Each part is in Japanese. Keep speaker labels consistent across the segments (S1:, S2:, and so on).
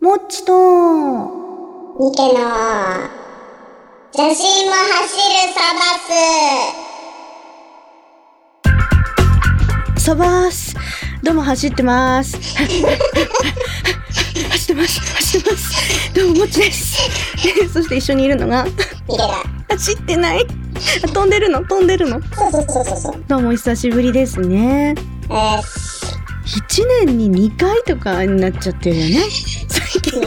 S1: もっちと、
S2: ミケの、写真も走るサバス。
S1: サバース。どうも走ってます。 走ってます。走ってます。どうももっちです。でそして一緒にいるのが、
S2: ミケだ。
S1: 走ってない。あ飛んでるの飛んでるの。
S2: そうそうそうそうそう。
S1: どうもお久しぶりですね。
S2: えー、
S1: 1年に2回とかになっちゃってるよね。最近、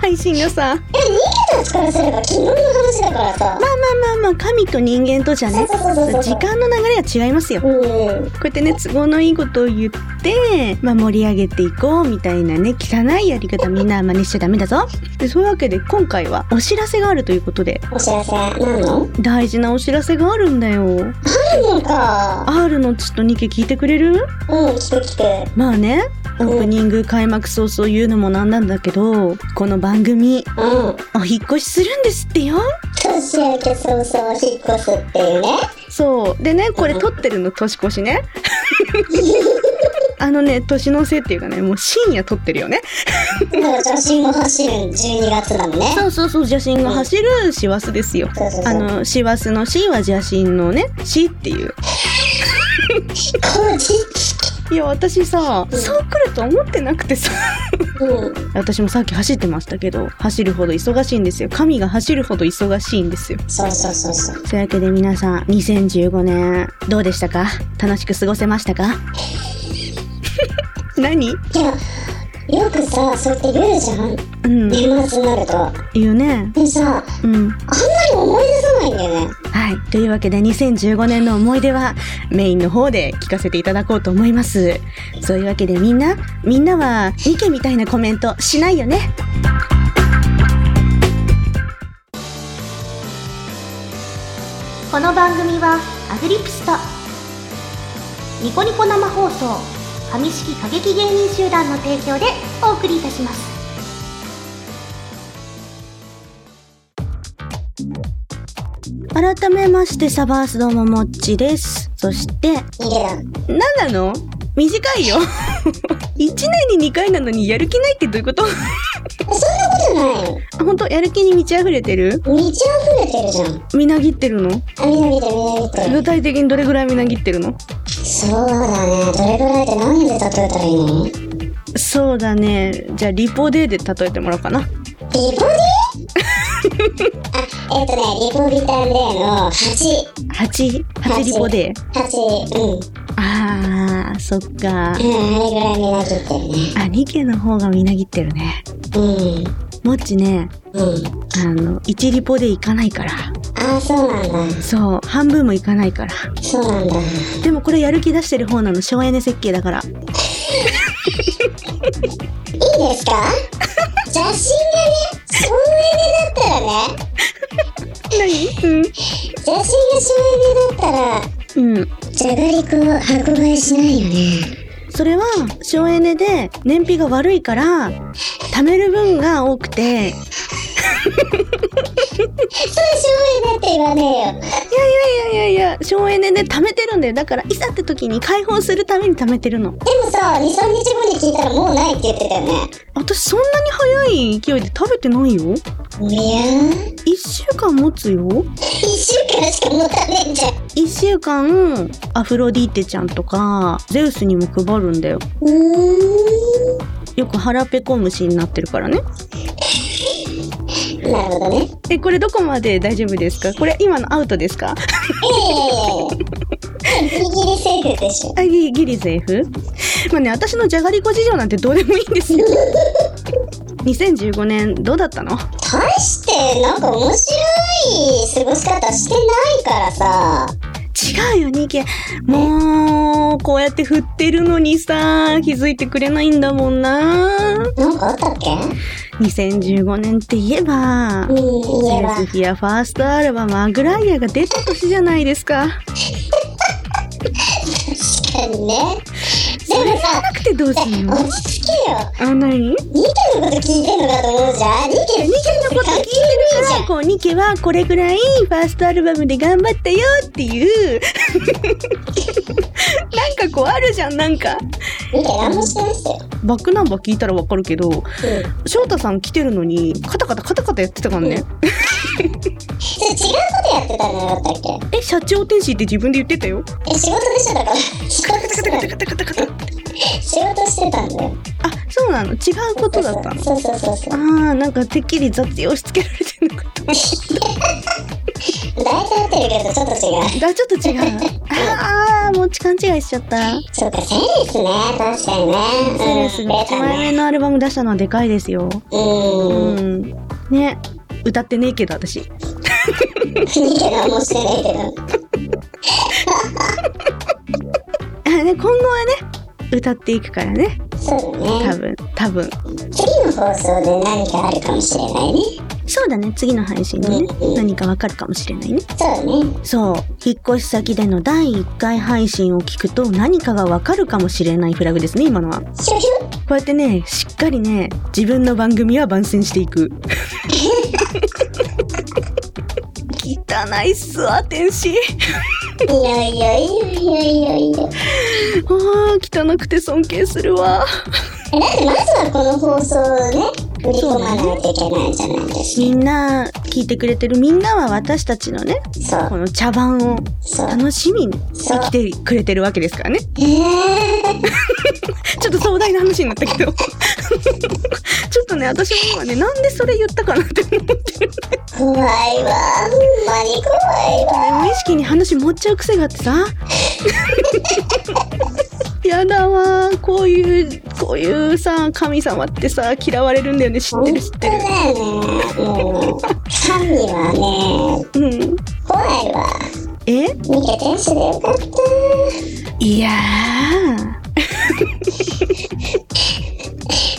S1: 配信がさ。
S2: でもミケたちからすれば昨日の話だからさ
S1: ま。あまあまあまあ、神と人間とじゃね。
S2: そうそうそうそう
S1: 時間の流れは違いますよ。
S2: う
S1: こ
S2: ん。
S1: うやってね都合のいいことを言って、まあ、盛り上げていこうみたいなね汚いやり方みんな真似しちゃダメだぞでそういうわけで今回はお知らせがあるということで
S2: お知らせ、なんの
S1: 大事なお知らせがあるんだよ
S2: 何のか。
S1: R のちょっとニケ聞いてくれる
S2: うん、聞く聞く。
S1: まあねオープニング開幕早々言うのもなんなんだけどこの番組
S2: うん。
S1: お引っ越しするんですってよ
S2: 年明け早々引っ越すっていうね。
S1: そうでねこれ撮ってるの年越し ねあのね年のせいっていうかねもう深夜撮ってるよね
S2: だから写真も走る12月だもんね。
S1: そうそうそう、邪神が走る師走ですよ。
S2: そうそうそう
S1: あの、師走の師は邪神のね、師っていう。
S2: 工事。
S1: いや、私さ、そう来ると思ってなくてさ。
S2: うん。
S1: 私もさっき走ってましたけど、走るほど忙しいんですよ。神が走るほど忙しいんですよ。
S2: そうそうそうそう。
S1: というわけで皆さん、2015年、どうでしたか楽しく過ごせましたか何
S2: いや、よくさ、そうやって言うじゃん。
S1: うん、
S2: 年末になると。
S1: 言うね。
S2: でさ、
S1: うん。
S2: あんまり思い出さないんだよね。
S1: はい。というわけで2015年の思い出はメインの方で聞かせていただこうと思います。そういうわけでみんな、みんなは意見みたいなコメントしないよね。
S3: この番組はアグリプスとニコニコ生放送上式過激芸人集団の提供でお送りいたします
S1: 改めましてサバースどうももっちです。そして、
S2: 逃げだ。
S1: なんなの短いよ。1年に2回なのにやる気ないってどういうこと
S2: そんなことないよ。
S1: 本当やる気に満ち溢れてる
S2: 満ち溢れてるじゃん。
S1: みなぎってるの
S2: あ、みんな見てみんな見て。
S1: 具体的にどれぐらいみなぎってるの
S2: そうだね。どれぐらいって何で例えたらいいのリ
S1: そうだね。じゃあリポデーで例えてもらおうかな。
S2: ポビあ、えっ、とね、リポビタンデーの8。
S1: 8、8リポデー。
S2: 8、うん。
S1: あー、そっか。
S2: うん、あれぐらいみなぎってるね。
S1: あ、ニケの方がみなぎってるね。
S2: うん。
S1: もっちね、
S2: うん。
S1: あの、1リポでいかないから。
S2: ああ、そうなんだ。
S1: そう、半分もいかないから。
S2: そうなんだ。
S1: でもこれやる気出してる方なの、省エネ設計だから。
S2: いいですか写真がね、省エネだったら
S1: 何
S2: ね、写真が省エネだったら、
S1: うん。うん。
S2: じゃがりこ箱買いしないよね。
S1: それは、省エネで燃費が悪いから、貯める分が多くて、
S2: それ省エネって言わねえよ。
S1: いやいやいやいやいや、省エネで貯めてるんだよ。だから、いざって時に解放するために貯めてるの。
S2: でもさ、2、3日後に聞いたらもうないって言ってたよね。
S1: 私そんなに早い勢いで食べてないよ。
S2: いや
S1: 1
S2: ー、
S1: 週間持つよ。
S2: 1週間しか持たねえじゃん。
S1: 1週間アフロディーテちゃんとかゼウスにも配るんだよ
S2: う
S1: よく腹ペコ虫になってるからね
S2: ーん。なるほどね。いやいやいやい
S1: えこれどこまで大丈夫ですかこれ今のアウトですか
S2: や。ギリギリセーフでしょ。
S1: あギギリセーフまあね私のじゃがりこ事情なんてどうでもいいんですよ2015年どうだったの
S2: 大してなんか面白い過ごし方してないからさ。
S1: 違うよニケもうこうやって振ってるのにさ気づいてくれないんだもんな
S2: なんかあったっけ
S1: 2015年って言えば
S2: うん、言えば。
S1: セルフィアファーストアルバム「アグライア」が出た年じゃないですか。
S2: 確かに ね。でもさ、
S1: なくてどうするの
S2: 落ち着けよ。
S1: あ何
S2: ニケのこと聞いてんのかと思うじゃん。ニケ、ニケのこと聞いてるじゃん。
S1: こうニケはこれぐらいファーストアルバムで頑張ったよっていうなんか個あるじゃん、なんか。
S2: 見て何もしてましたよ。
S1: バックナンバー聞いたらわかるけど、
S2: うん。
S1: 翔太さん来てるのに、カタカタカタカタやってたからね。
S2: それ違うことやってたんじゃなかったっ
S1: え、社長天使って自分で言ってたよ。
S2: けえ、仕事でしょだから。仕事
S1: カタカ
S2: し
S1: タ
S2: てた
S1: カタカ
S2: ん
S1: タカタカタ。
S2: 仕事してたんだよ。
S1: あ、そうなの違うことだったの。
S2: そうそうそうそう。
S1: ああ、なんかてっきり雑用しつけられてるのかと思っ
S2: 大体合ってるけど、ちょっと違う。
S1: た。あ、ちょっと違う。ああ、もう勘違いしちゃった。
S2: そうか、セレスね。確かにね。
S1: セレスが
S2: うん、
S1: 1
S2: 出た
S1: 枚目
S2: ね。
S1: のアルバム出したのはでかいですよ。う
S2: うん。
S1: ん。ね。歌ってねえけど私。
S2: 見て何もしてないけど。
S1: あね、今後はね、歌っていくからね。
S2: そうだ
S1: 多
S2: ね。
S1: 分、多分。
S2: 次の放送で何かあるかもしれないね。
S1: そうだね、次の配信でね
S2: うん、
S1: 何かわかるかもしれないね。
S2: そうだね。
S1: そう、引っ越し先での第1回配信を聞くと何かがわかるかもしれないフラグですね、今のは。こ
S2: シュシュ
S1: うやってね、しっかりね、自分の番組は番宣していく。汚いっすわ、天使。
S2: いやいやいやいやいやいや。
S1: あー汚くて尊敬するわ。
S2: え、だってまずはこの放送をね、売り込まないといけないじゃないです
S1: み
S2: か。
S1: んな、聞いてくれてるみんなは私たちのね、
S2: そう
S1: こ。の茶番を
S2: そう。
S1: 楽しみに生きてくれてるわけですからね。
S2: えー
S1: ちょっと壮大な話になったけど。ち ょっとね、私も今ね、なんでそれ言ったかなって思ってる。
S2: 怖いわ。ほんまに怖いわ。
S1: 無意識に話持っちゃう癖があってさ。 やだわーこういうこういうさ神様ってさ嫌われるんだよね知って
S2: 本当だ
S1: る知ってる
S2: よね。もう、神はね、
S1: うん
S2: 怖いわ。
S1: え
S2: 見て天使でよかった。
S1: いや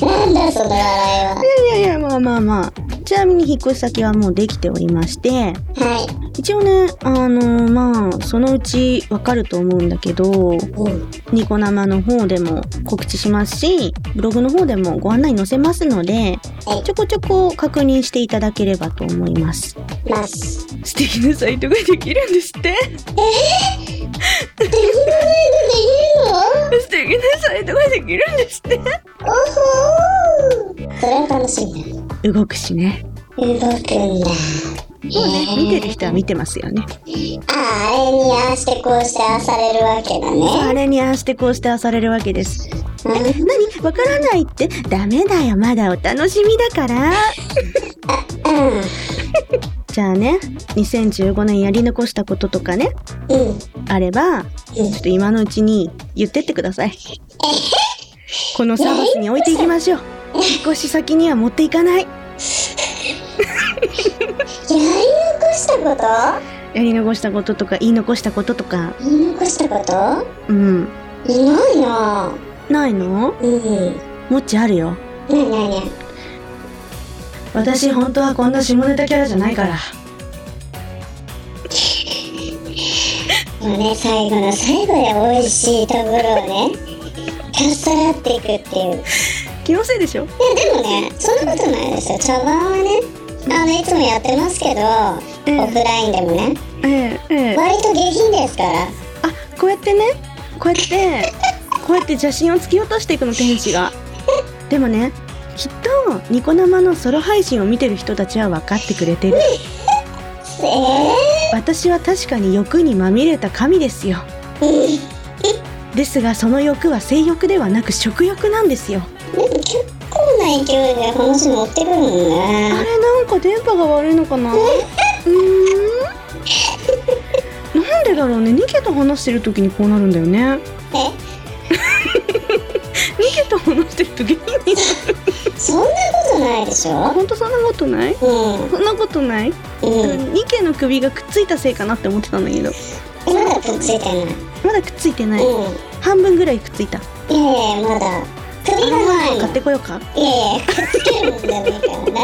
S2: なんだその笑いは。
S1: ーいやいやまあまあまあちなみに引っ越し先はもうできておりまして
S2: はい。
S1: 一応ねあのーまあそのうちわかると思うんだけど
S2: うん。
S1: ニコ生の方でも告知しますし、ブログの方でもご案内載せますので、
S2: はい
S1: ちょこちょこ確認していただければと思います。
S2: ます。
S1: 素敵なサイトができるんですって
S2: できるので
S1: 素敵なサイトができるんですっ
S2: きるのおほーそれは楽しみだ。
S1: て動くしね。
S2: 動くんだ。
S1: もうね、見てる人は見てますよね。
S2: ああ、あれにああしてこうしてああされるわけだ
S1: そうあ
S2: ね。
S1: れにああしてこうしてあされるわけです。
S2: うん
S1: 何わからないってダメだよ、まだお楽しみだから。じゃあね、2015年やり残したこととかね、
S2: うん。うん。
S1: あれば、ちょっと今のうちに言ってってください。このサーバスに置いていきましょう。引っ越し先には持っていかない。
S2: やり残したこと
S1: やり残したこととか言い残したこととか、
S2: 言い残したこと
S1: うん。
S2: いないな
S1: ないの
S2: うん。
S1: もっちあるよ。
S2: ないないない。
S1: 私本当はこんな下ネタキャラじゃないから。
S2: もうね、最後の最後で美味しいところをね、かっさらっていくっていう。いや、
S1: 気のせいでしょ
S2: でもね、そんなことないですよ。茶番はね、あの、いつもやってますけど、
S1: ええ
S2: オフラインでもね、
S1: ええ、ええ。
S2: 割と下品ですから。
S1: あ、こうやってね、こうやって、こうやって邪神を突き落としていくの、天使が。でもね、きっとニコ生のソロ配信を見てる人たちは分かってくれてる。
S2: ええ
S1: 私は確かに欲にまみれた神ですよですがその欲は性欲ではなく食欲なんですよ
S2: でも結構な勢いで話持ってくるもん
S1: あ
S2: ね。
S1: れなんか電波が悪いのかなうーんなんでだろうねニケと話してる時にこうなるんだよね
S2: え、
S1: ニケと話してる時に
S2: そんなことないでしょ
S1: ほんとそんなことない
S2: うん。
S1: そんなことない、
S2: うん。
S1: ニケの首がくっついたせいかなって思ってたんだけど
S2: まだくっついてない。
S1: まだくっついてない
S2: うん。
S1: 半分ぐらいくっついた
S2: いやいや、まだ。首がないの
S1: 買っ。てこようか
S2: いやいや、くっつけるもんじゃないからな。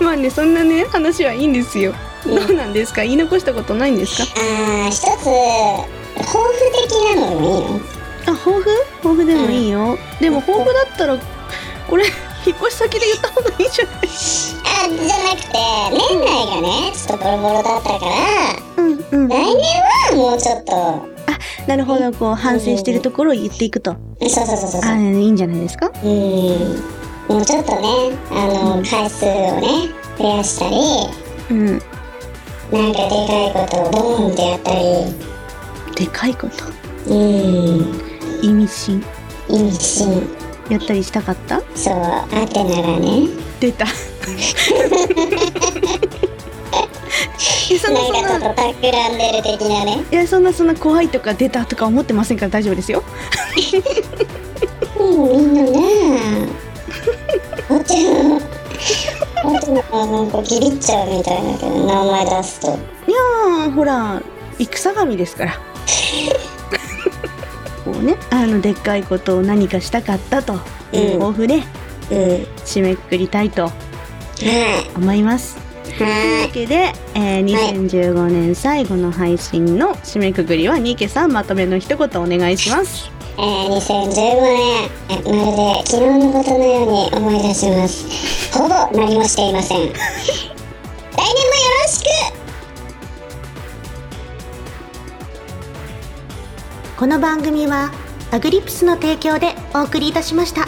S1: まあねそんなね話はいいんですよどうなんですか言い残したことないんですか
S2: あー、一つ、抱負的なのでもいいの
S1: あ抱負抱負でもいいよ、でも抱負だったらこれ 引っ越し先で言った方がいいじゃない
S2: あ、じゃなくて、年内がね、ちょっとボロボロだったから、
S1: うんうん
S2: 来年はもうちょっと、
S1: なるほど、こう、反省してるところを言っていくと。
S2: そうそうそうそう
S1: あ
S2: そう
S1: いいんじゃないですか
S2: うんもうちょっとねあの回数をね増やしたり
S1: うん。
S2: なんかでかいことをボーンってやったり
S1: でかいこと。
S2: うん
S1: 意味深。
S2: 意味深
S1: やったりしたかった
S2: そうアテナがね
S1: 出 た。え、そんな
S2: なん
S1: そん
S2: かちょ
S1: な
S2: っ。と企んでる的なね
S1: いやそんなそんな怖いとか出たとか思ってませんから大丈夫ですよ
S2: うんみんなね お茶のお茶のなんかギリっちゃうみたいだけど名前出すと
S1: いやーほら戦神です からこうねあのでっかいことを何かしたかったという抱負で
S2: うん
S1: 締めくくりたいと
S2: は
S1: 思います、と
S2: い
S1: いう
S2: は
S1: わけで、えー2015年最後の配信の締めくくりはニーケさんまとめの一言お願いします
S2: えー、2015年えまるで昨日のことのように思い出しますほぼ何もしていません来年もよろしく
S3: この番組はアグリプスの提供でお送りいたしました。